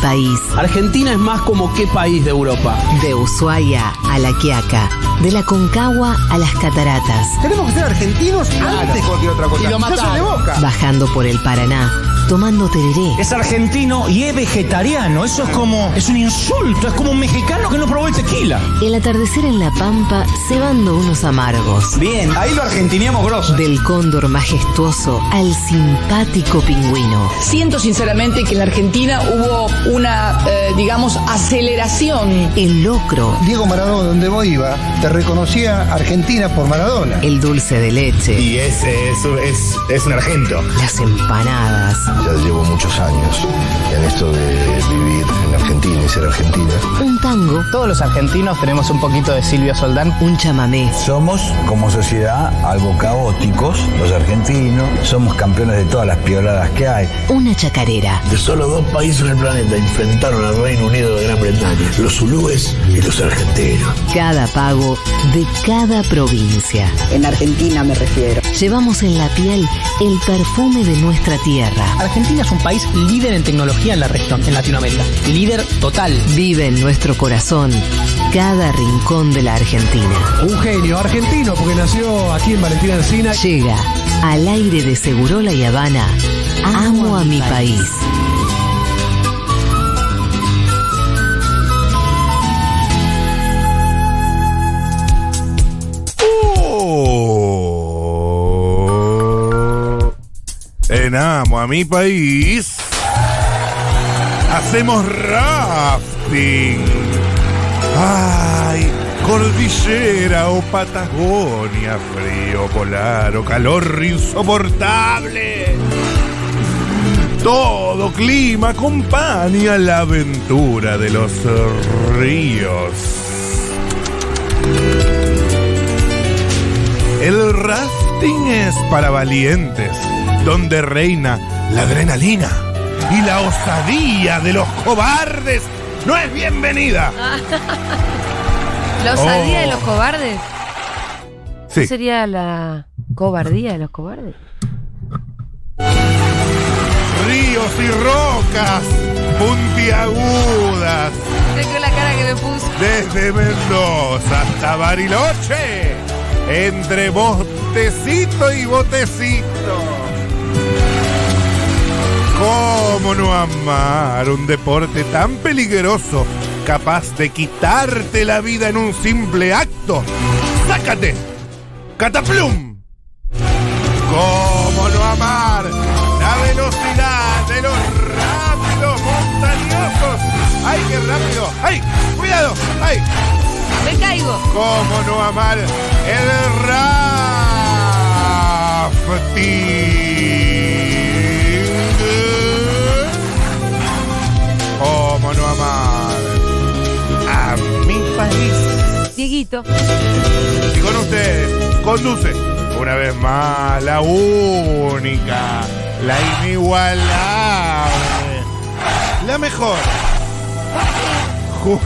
país. Argentina es más como qué país de Europa. De Ushuaia a La Quiaca, de la Concagua a las Cataratas, Tenemos que ser argentinos antes que cualquier otra cosa. Y lo Yo soy de mataron. boca. bajando por el Paraná, tomando tereré, Es argentino y es vegetariano. Eso es como. Es un insulto. Es como un mexicano que no probó el tequila. el atardecer en La Pampa cebando unos amargos. Bien, ahí lo argentineamos grosso. Del cóndor majestuoso al simpático pingüino. Siento sinceramente que en la Argentina hubo una, eh, digamos, aceleración. El locro, Diego Maradona, donde vos iba, te reconocía Argentina por Maradona. el dulce de leche, Y es, es, es, es un argento. las empanadas, Ya llevo muchos años en esto de vivir en Argentina y ser argentina. un tango, Todos los argentinos tenemos un poquito de Silvio Soldán. un chamamé. Somos como sociedad algo caóticos, los argentinos, somos campeones de todas las pioladas que hay. Una chacarera, De solo dos países en el planeta enfrentaron al Reino Unido de Gran Bretaña, los zulúes y los argentinos. cada pago de cada provincia. En Argentina me refiero. Llevamos en la piel el perfume de nuestra tierra. Argentina es un país líder en tecnología en la región, en Latinoamérica. Líder total. Vive en nuestro corazón cada rincón de la Argentina. Un genio argentino, porque nació aquí en Valentina Encina. Llega al aire de Segurola y Habana. Amo a mi país. En Amo Oh. a mi país hacemos rafting. Ay, cordillera o Patagonia, frío polar o calor insoportable. Todo clima acompaña la aventura de los ríos. El rafting es para valientes, donde reina la adrenalina y la osadía de los cobardes no es bienvenida. ¿La osadía de los Oh. cobardes? ¿No Sí, sería la cobardía de los cobardes? ríos y rocas puntiagudas Se quedó la cara que me puso. desde Mendoza hasta Bariloche, entre botecito y botecito. ¿Cómo no amar un deporte tan peligroso, capaz de quitarte la vida en un simple acto? ¡Sácate! ¡Cataplum! ¿Cómo no amar la velocidad de los rápidos montañosos? ¡Ay, qué rápido! ¡Ay! ¡Cuidado! ¡Ay! Me caigo. ¿Cómo no amar el rafting? ¿Cómo no amar a mi país? Dieguito. Y con ustedes conduce una vez más la única, la inigualable, la mejor. Jo-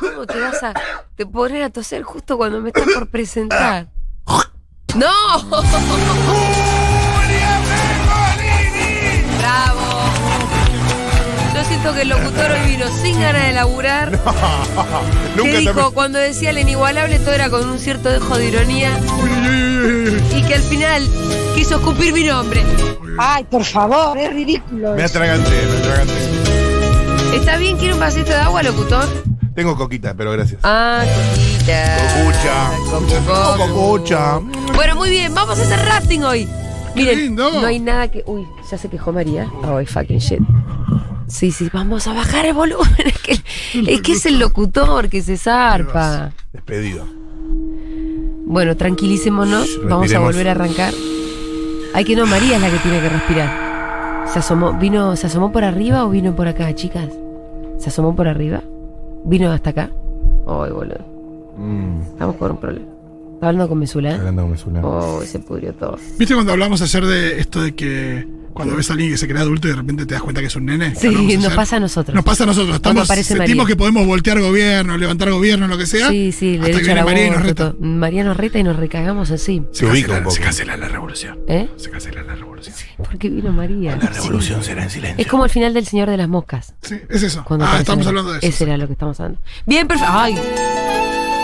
¿Cómo te vas a te pones a toser justo cuando me estás por presentar? ¡No! Julia Pergolini. ¡Bravo! Yo siento que el locutor hoy vino sin ganas de laburar. Nunca que te- dijo cuando decía el inigualable todo era con un cierto dejo de ironía Uy, uy, uy, uy. y que al final quiso escupir mi nombre. Ay, por favor, es ridículo. Me atraganté, me atraganté. ¿Está bien? ¿Quiere un vasito de agua, locutor? Tengo coquita, pero gracias. Ah, coquita. Cocucha. Cocu, cocu. Cocucha. Bueno, muy bien, vamos a hacer rafting hoy. Miren, lindo. no hay nada que. Uy, ya se quejó María. Oh, fucking shit. Sí, sí, vamos a bajar el volumen. Es que, es que es el locutor que se zarpa. Despedido. Bueno, tranquilicémonos. Vamos a Respiremos. volver a arrancar. Ay, que no, María es la que tiene que respirar. ¿Se asomó, vino, ¿Se asomó por arriba o vino por acá, chicas? ¿Se asomó por arriba? ¿Vino hasta acá? Ay, boludo. Mm. Estamos con un problema. ¿Está hablando con Mesula? Hablando con Mesula. Oh, se pudrió todo. ¿Viste cuando hablamos ayer de esto de que cuando ves a alguien que se crea adulto y de repente te das cuenta que es un nene. Sí, Claro, vamos a nos hacer- pasa a nosotros. Nos pasa a nosotros. Hoy me Estamos, parece sentimos María. que podemos voltear gobierno, levantar gobierno, lo que sea. Sí, sí, le hasta que derecho viene al María y nos aborto, reta. todo. María nos reta y nos recagamos así. Se ubica cancela, un poco. se cancela la revolución. ¿Eh? Se cancela la revolución. Porque vino María. La revolución será en silencio. Es como el final del Señor de las Moscas. Sí, es eso. Cuando ah, aparece estamos María. hablando de eso. Ese era lo que estamos hablando. Bien, perfecto. Ay,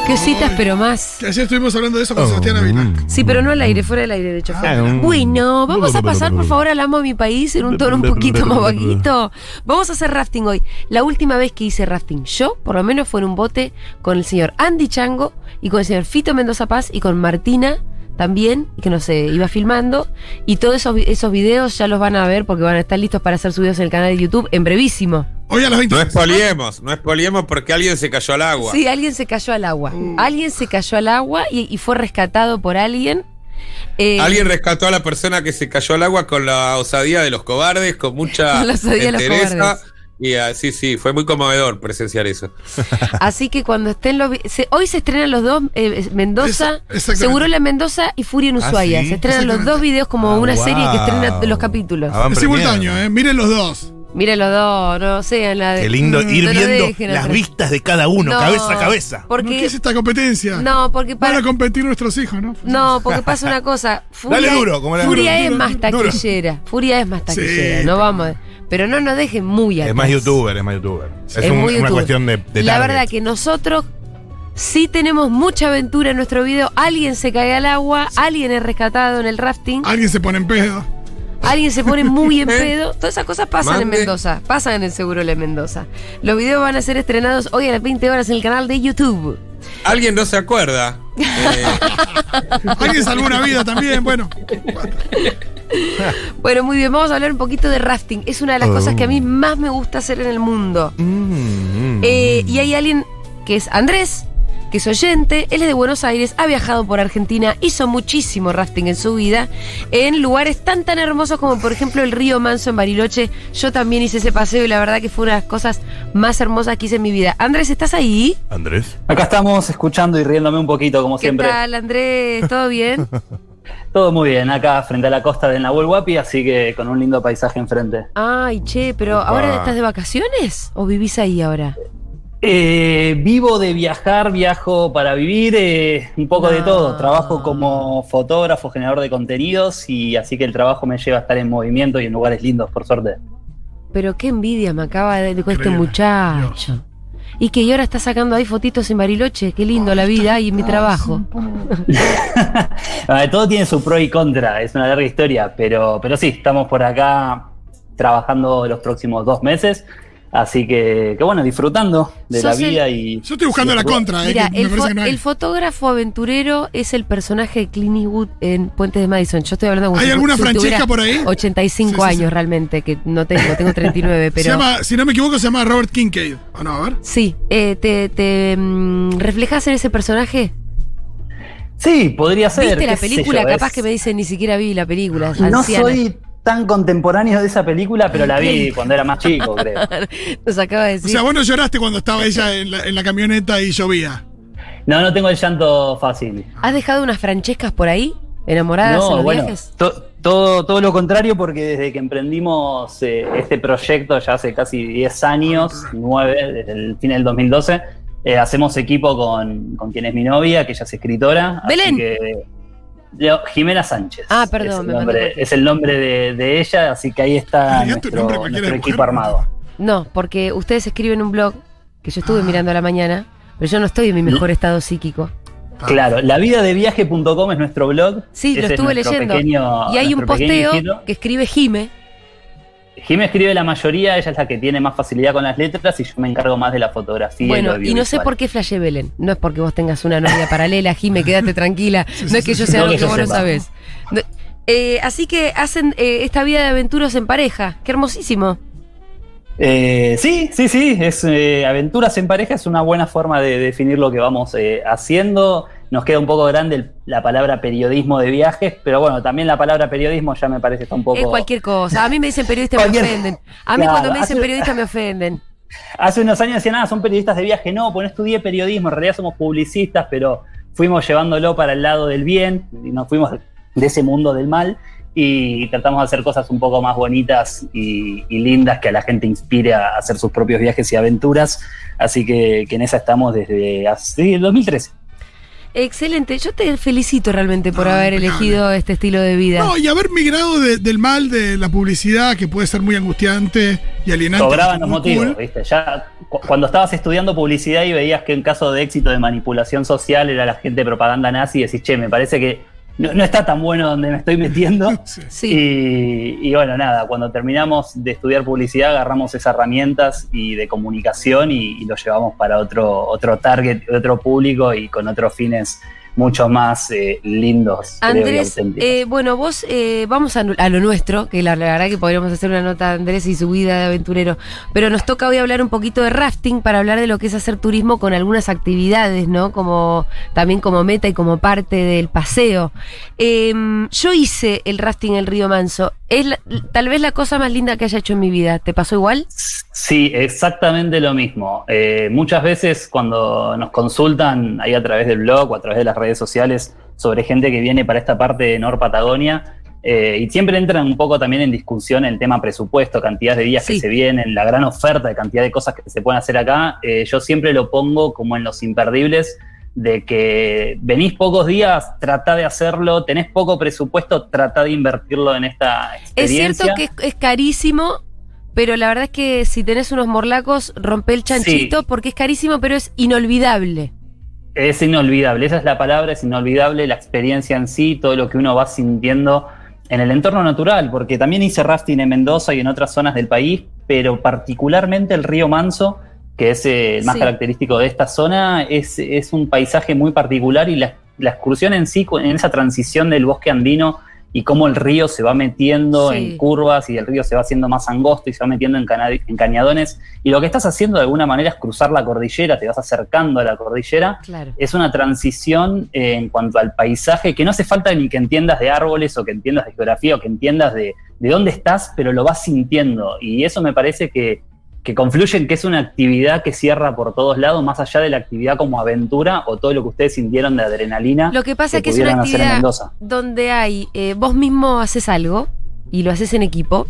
qué citas, pero más. Que Ayer estuvimos hablando de eso Oh, con Sebastián Mm. Ávila. Sí, pero no al aire, fuera del aire, de hecho. Ah, un- Bueno, vamos a pasar, por favor, al amo de mi país en un tono un poquito más bajito. Vamos a hacer rafting hoy. La última vez que hice rafting, yo, por lo menos, fue en un bote con el señor Andy Chango y con el señor Fito Mendoza Paz y con Martina también, que no sé, iba filmando. Y todos esos, vi- esos videos ya los van a ver porque van a estar listos para ser subidos en el canal de YouTube en brevísimo. Hoy a las 20. No espoliemos, no espoliemos porque alguien se cayó al agua. Uh. Sí, alguien se cayó al agua. Alguien se cayó al agua y, y fue rescatado por alguien. Eh, Alguien rescató a la persona que se cayó al agua con la osadía de los cobardes, con mucha Con la osadía de los entereza. cobardes. Y así, sí, fue muy conmovedor presenciar eso. Así que cuando estén los. vi- se- hoy se estrenan los dos, eh, Mendoza, exactamente. Seguro la Mendoza y Furia en Ah, Ushuaia. ¿sí? Se estrenan los Exactamente. dos videos como Ah, una wow. serie que estrena los capítulos. Ah, van Es premiando. simultáneo, ¿eh? Miren los dos. Miren los dos, no sean la de. Qué lindo Mm, ir no lo viendo dejen las atrás. vistas de cada uno, No, cabeza a cabeza. Porque, ¿Qué es esta competencia? No, porque para- Van a competir nuestros hijos, ¿no? No, porque pasa una cosa. Furia, Dale duro, como la- Furia Duro, es duro, más duro. taquillera. Furia es más Sí, taquillera. no vamos. a- Pero no nos dejen muy atrás. Es más youtuber, es más youtuber. Es, Es un- muy una youtuber. cuestión de, de La target. verdad que nosotros sí tenemos mucha aventura en nuestro video. Alguien se cae al agua, alguien es rescatado en el rafting, Alguien se pone en pedo. alguien se pone muy en pedo. Todas esas cosas pasan en Mande. Mendoza, pasan en el Seguro de Mendoza. Los videos van a ser estrenados hoy a las 20 horas en el canal de YouTube. Alguien no se acuerda. eh. Alguien salvó una vida también, bueno. Bueno, muy bien, vamos a hablar un poquito de rafting. Es una de las Oh. cosas que a mí más me gusta hacer en el mundo. Mm, mm. Eh, y hay alguien que es Andrés, que es oyente, él es de Buenos Aires, ha viajado por Argentina, hizo muchísimo rafting en su vida, en lugares tan tan hermosos como por ejemplo el río Manso en Bariloche. Yo también hice ese paseo y la verdad que fue una de las cosas más hermosas que hice en mi vida. Andrés, ¿estás ahí? Andrés. Acá estamos escuchando y riéndome un poquito, como ¿Qué siempre. tal, Andrés? ¿Todo bien? Todo muy bien, acá frente a la costa de Nahuel Huapi, así que Eh, con un lindo paisaje enfrente. Ay, che, pero ¿ahora estás de vacaciones o vivís ahí ahora? Eh, vivo de viajar, viajo para vivir, eh, un poco Ah. de todo. Trabajo como fotógrafo, generador de contenidos, y así que el trabajo me lleva a estar en movimiento y en lugares lindos, por suerte. Pero qué envidia me acaba de con este Increíble. muchacho. Y que y ahora está sacando ahí fotitos en Bariloche. Qué lindo la vida y mi trabajo. Ah, todo tiene su pro y contra, es una larga historia, pero, pero sí, estamos por acá trabajando los próximos dos meses, así que, que bueno, disfrutando de la Sos el- vida y... Yo estoy buscando la contra, eh, Mira, Ah, que me el, parece fo- que no hay. el fotógrafo aventurero es el personaje de Clint Eastwood en Puentes de Madison. Yo estoy hablando con ¿Hay alguna Francesca por ahí? 85 años realmente, que no tengo, tengo 39, pero... Se llama, si no me equivoco, se llama Robert Kincaid. ¿O no? A ver. Sí, eh, ¿te, te mm, reflejas en ese personaje? Sí, podría ser. ¿Viste la qué sé película? yo, Capaz es- que me dicen, ni siquiera vi la película. No anciana. soy tan contemporáneo de esa película, pero la vi Increíble. cuando era más chico, creo. Nos acaba de O decir... sea, vos no lloraste cuando estaba ella en la, en la camioneta y llovía. No, no tengo el llanto fácil. ¿Has dejado unas Francescas por ahí? ¿Enamoradas en No, los bueno, Ah, viajes? to- todo, todo lo contrario, porque desde que emprendimos eh, este proyecto ya hace casi 10 años, 9, desde el fin del 2012, eh, hacemos equipo con, con quien es mi novia, que ella es escritora. Ah, así Belén. que- Leo- Gimena Sánchez. Ah, es perdón, el me mandé nombre, cualquier- es el nombre de, de ella, así que ahí está nuestro, nuestro equipo armado. No, porque ustedes escriben un blog que yo Ah. estuve mirando a la mañana, pero yo no estoy en mi mejor estado psíquico. Ah. Claro, lavidadeviaje.com es nuestro blog. Sí, lo Ese es estuve nuestro leyendo. pequeño- y hay un Ah, nuestro pequeño posteo hijito. que escribe Jime. Jimé escribe la mayoría, ella es la que tiene más facilidad con las letras y yo me encargo más de la fotografía. bueno, y no sé por qué flashe Belén. No es porque vos tengas una novia paralela, Jime, quédate tranquila. No es que yo sea No lo que que yo vos no sepa. sabés. No- eh, así que hacen eh, esta vida de aventuras en pareja. Qué hermosísimo. Eh, sí, sí, sí, es, eh, aventuras en pareja es una buena forma de definir lo que vamos eh, haciendo. Nos queda un poco grande el- la palabra periodismo de viajes, pero bueno, también la palabra periodismo ya me parece que está un poco... Es cualquier cosa. A mí me dicen periodista me Cualquier- ofenden. A mí Claro, cuando me dicen hace- periodista me ofenden. Hace unos años decían, ah, son periodistas de viaje. No, pues no estudié periodismo, en realidad somos publicistas, pero fuimos llevándolo para el lado del bien y nos fuimos de ese mundo del mal. y tratamos de hacer cosas un poco más bonitas y, y lindas que a la gente inspire a hacer sus propios viajes y aventuras. Así que, que en esa estamos desde así, el 2013. Excelente, yo te felicito realmente por haber elegido este estilo de vida. No, y haber migrado de- del mal de la publicidad, que puede ser muy angustiante y alienante. Sobraban los Muy motivos, cool. ¿viste? Ya cu- cuando estabas estudiando publicidad y veías que en caso de éxito de manipulación social era la gente de propaganda nazi, decís, che, me parece que no, no está tan bueno donde me estoy metiendo. Y, y bueno, nada, cuando terminamos de estudiar publicidad agarramos esas herramientas y de comunicación y, y lo llevamos para otro, otro target, otro público y con otros fines mucho más eh, lindos. creo, y Andrés, auténticos. eh, bueno, vos eh, vamos a, nu- a lo nuestro, que la, la verdad que podríamos hacer una nota de Andrés y su vida de aventurero, pero nos toca hoy hablar un poquito de rafting para hablar de lo que es hacer turismo con algunas actividades, ¿no? Como también como meta y como parte del paseo. Em, yo hice el rafting en el río Manso, es la- tal vez la cosa más linda que haya hecho en mi vida. ¿Te pasó igual? Sí, exactamente lo mismo. Eh, muchas veces cuando nos consultan ahí a través del blog o a través de las redes sociales sobre gente que viene para esta parte de Nor Patagonia, eh, y siempre entran un poco también en discusión el tema presupuesto, cantidad de días que se vienen, la gran oferta de cantidad de cosas que se pueden hacer acá. Eh, yo siempre lo pongo como en los imperdibles de que venís pocos días, trata de hacerlo, tenés poco presupuesto, trata de invertirlo en esta Es experiencia. cierto que es, es carísimo, pero la verdad es que si tenés unos morlacos, rompe el chanchito porque es carísimo, pero es inolvidable. Es inolvidable, esa es la palabra, es inolvidable la experiencia en sí, todo lo que uno va sintiendo en el entorno natural, porque también hice rafting en Mendoza y en otras zonas del país, pero particularmente el río Manso, que es eh, el más Sí. característico de esta zona, es, es un paisaje muy particular y la, la excursión en sí, cu- en esa transición del bosque andino y cómo el río se va metiendo Sí. en curvas y el río se va haciendo más angosto y se va metiendo en, cana- en cañadones, y lo que estás haciendo de alguna manera es cruzar la cordillera, te vas acercando a la cordillera Claro. es una transición eh, en cuanto al paisaje que no hace falta ni que entiendas de árboles o que entiendas de geografía o que entiendas de, de dónde estás, pero lo vas sintiendo. Y eso me parece que, que confluye en que es una actividad que cierra por todos lados, más allá de la actividad como aventura o todo lo que ustedes sintieron de adrenalina. Lo que pasa es que es pudieron una hacer en actividad Mendoza. donde hay, eh, vos mismo haces algo y lo haces en equipo.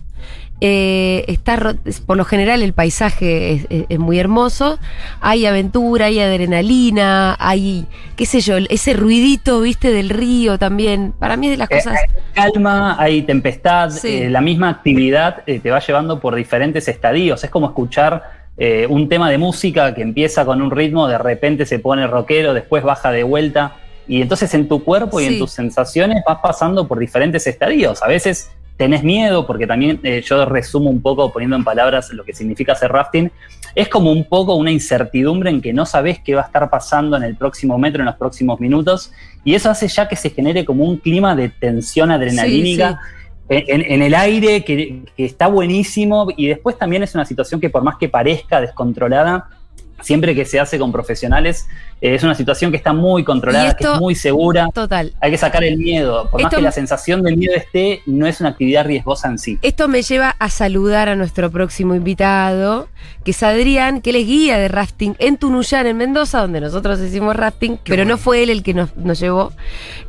Eh, está ro- es- por lo general el paisaje es, es- es muy hermoso, hay aventura, hay adrenalina, hay, qué sé yo, ese ruidito, viste, del río también. Para mí es de las Eh, cosas... hay calma, hay tempestad, eh, la misma actividad eh, te va llevando por diferentes estadios. Es como escuchar eh, un tema de música que empieza con un ritmo, de repente se pone rockero, después baja de vuelta. Y entonces en tu cuerpo y Sí. en tus sensaciones vas pasando por diferentes estadios. A veces tenés miedo, porque también eh, yo resumo un poco poniendo en palabras lo que significa hacer rafting. Es como un poco una incertidumbre en que no sabés qué va a estar pasando en el próximo metro, en los próximos minutos. Y eso hace ya que se genere como un clima de tensión adrenalínica sí. en, en el aire, que, que está buenísimo, y después también es una situación que por más que parezca descontrolada, siempre que se hace con profesionales, eh, es una situación que está muy controlada, Y esto- que es muy segura. Total. Hay que sacar el miedo. Por más Esto- que la sensación del miedo esté, no es una actividad riesgosa en sí. Esto me lleva a saludar a nuestro próximo invitado, que es Adrián, que él es guía de rafting en Tunuyán, en Mendoza, donde nosotros hicimos rafting, pero no fue él el que nos, nos llevó,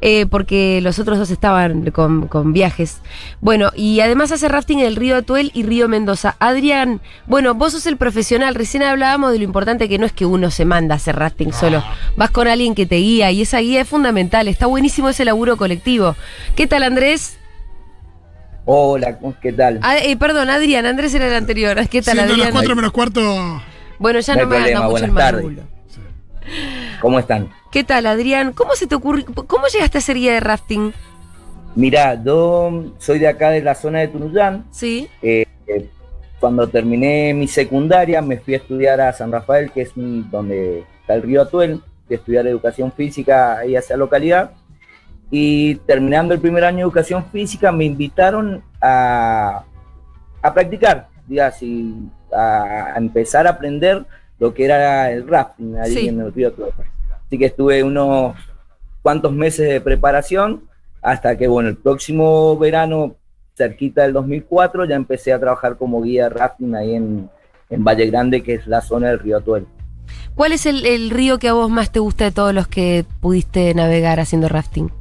eh, porque los otros dos estaban con, con viajes. Bueno, y además hace rafting en el río Atuel y río Mendoza. Adrián, bueno, vos sos el profesional, recién hablábamos de lo importante que no es que uno se manda a hacer rafting solo, vas con alguien que te guía y esa guía es fundamental, está buenísimo ese laburo colectivo. ¿Qué tal Andrés? Hola, ¿qué tal? Ah, eh, perdón, Adrián, Andrés era el anterior. ¿Qué tal, Siendo Adrián? las 4 menos cuarto. Bueno, ya no no, hay me hagas problema, mucho el buenas malulo. tardes. ¿Cómo están? ¿Qué tal, Adrián? ¿Cómo se te ocurrió? ¿Cómo llegaste a ser guía de rafting? Mirá, yo soy de acá de la zona de Tunuyán. Sí. Eh, eh, cuando terminé mi secundaria me fui a estudiar a San Rafael, que es un- donde está el río Atuel, de estudiar educación física ahí hacia localidad. Y terminando el primer año de educación física me invitaron a, a practicar, digas, y a, a empezar a aprender lo que era el rafting ahí Sí. en el río Atuel. Así que estuve unos cuantos meses de preparación hasta que, bueno, el próximo verano, cerquita del 2004, ya empecé a trabajar como guía de rafting ahí en, en Valle Grande, que es la zona del río Atuel. ¿Cuál es el, el río que a vos más te gusta de todos los que pudiste navegar haciendo rafting?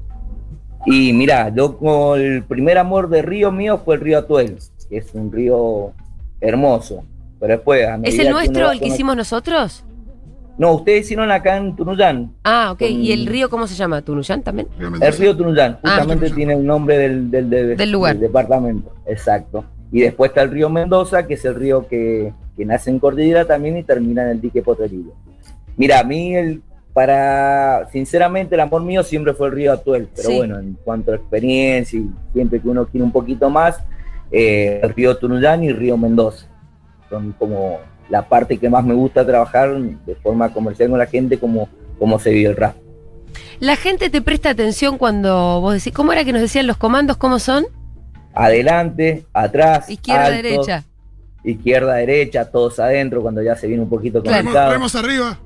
Y mira, yo con el primer amor de río mío fue el río Atuel, que es un río hermoso. Pero después, a ¿Es medida el que uno nuestro va el que hicimos nosotros? No, ustedes hicieron acá en Tunuyán. Ah, ok. ¿Y el Mm. Con- río cómo se llama? ¿Tunuyán también? El río Tunuyán, Ah. justamente tiene el nombre del, del, del- Del lugar. del departamento. Exacto. Y después está el río Mendoza, que es el río que, que nace en Cordillera también y termina en el dique Potrerillo. Mira, a mí, el, para, sinceramente, el amor mío siempre fue el río Atuel, pero Sí. bueno, en cuanto a experiencia y siempre que uno quiere un poquito más, eh, el río Tunuyán y el río Mendoza. Son como la parte que más me gusta trabajar de forma comercial con la gente, como, como se vive el rap. La gente te presta atención cuando vos decís, ¿cómo era que nos decían los comandos? ¿Cómo son? adelante, atrás, Izquierda, alto, derecha. izquierda, derecha, todos adentro cuando ya se viene un poquito Claro. complicado. Remos arriba.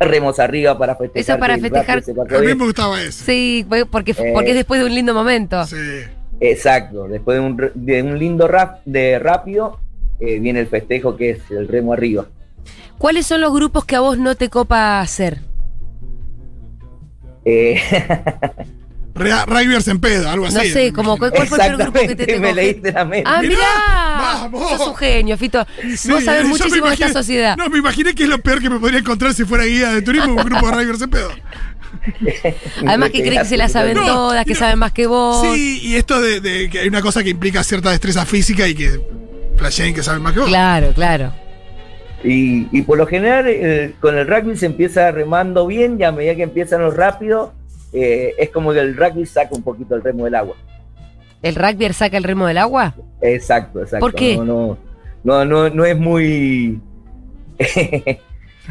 Remos arriba para festejar. Eso para que este el festejar. rap se pasó bien. Sí, fue- porque, Eh. porque es después de un lindo momento. Exacto, después de un, r- de un lindo rap de rápido eh, viene el festejo que es el remo arriba. ¿Cuáles son los grupos que a vos no te copa hacer? Eh, Rea- Ravers en pedo, algo así. No sé, como, ¿cuál fue el peor grupo que te Exactamente, tocó? me leíste la mente. Ah, Mirá, mirá. Sos un genio, Fito. vos sabés yo me muchísimo de esta imaginé- sociedad. No, me imaginé que es lo peor que me podría encontrar si fuera guía de turismo un grupo de Ravers en pedo. Además que crees que se la saben No, todas, que saben más que vos. Sí, y esto de, de que hay una cosa que implica cierta destreza física y que flashean que saben más que vos. Claro, claro. y, y por lo general eh, con el rugby se empieza remando bien y a medida que empiezan los rápidos eh, es como que el rugby saca un poquito el remo del agua. ¿El rugby saca el remo del agua? Exacto, exacto. ¿Por qué? No, no, no, no, no es muy.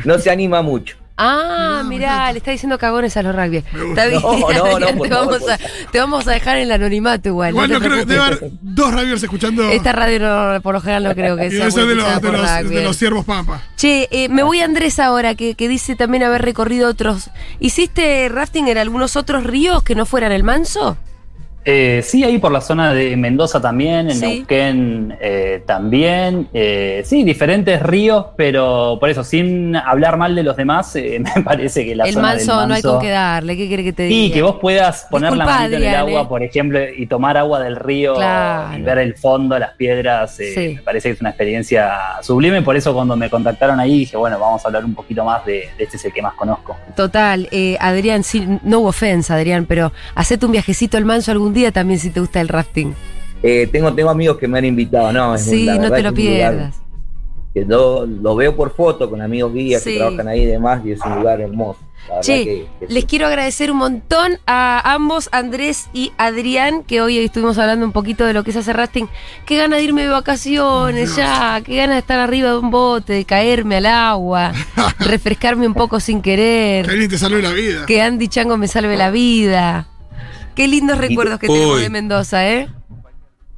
no se anima mucho. Ah, mirá, le está diciendo cagones a los rugby. Está bien, No, no, no, Adrián, por te, favor, vamos por a, te vamos a dejar en el anonimato igual. Igual no no te creo que deba preocupes. haber dos Ravers escuchando. Esta radio no, por lo general no creo que y sea. debe ser de politizada los, de, por los, rugby. de los ciervos pampa. Che, eh, me voy a Andrés ahora, que, que dice también haber recorrido otros. ¿Hiciste rafting en algunos otros ríos que no fueran el Manso? Eh, sí, ahí por la zona de Mendoza también, en Sí. Neuquén eh, también. eh, sí, diferentes ríos, pero por eso, sin hablar mal de los demás, eh, me parece que la el zona manso, del no hay Manso- con qué darle, ¿qué quiere que te diga? Y que vos puedas poner Disculpa, la manita en el Adrián, agua, eh. por ejemplo, y tomar agua del río Claro. y ver el fondo, las piedras, eh, Sí. me parece que es una experiencia sublime. Por eso cuando me contactaron ahí dije, bueno, vamos a hablar un poquito más de, de este es el que más conozco. Total, eh, Adrián, sí, no hubo ofensa, Adrián, pero hacete un viajecito al Manso algún día también si te gusta el rafting. Eh, tengo, tengo amigos que me han invitado, ¿no? es un- sí, la no verdad te es lo un lugar pierdas. que yo lo veo por foto con amigos guías Sí. que trabajan ahí y demás, y es un lugar hermoso. La verdad Che, que- que Les quiero agradecer un montón a ambos, Andrés y Adrián, que hoy estuvimos hablando un poquito de lo que es hacer rafting. Qué gana de irme de vacaciones ya, qué gana de estar arriba de un bote, de caerme al agua, refrescarme un poco sin querer. Que alguien te salve la vida. Que Andy Chango me salve la vida. Qué lindos recuerdos que Uy. tenemos de Mendoza, ¿eh?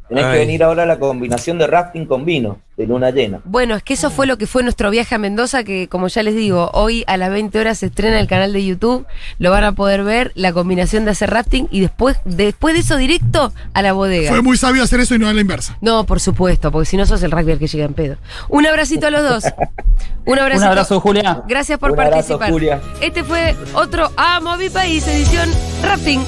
Tenés Ay. que venir ahora a la combinación de rafting con vino, de luna llena. Bueno, es que eso fue lo que fue nuestro viaje a Mendoza, que como ya les digo, hoy a las 20 horas se estrena el canal de YouTube, lo van a poder ver, la combinación de hacer rafting y después, después de eso directo a la bodega. Fue muy sabio hacer eso y no a la inversa. No, por supuesto, porque si no sos el rugby al que llega en pedo. Un abracito a los dos. Un abrazo. Un abrazo, Julia. Gracias por Un abrazo, participar. Julia. Este fue otro Amo a mi país, edición Rafting.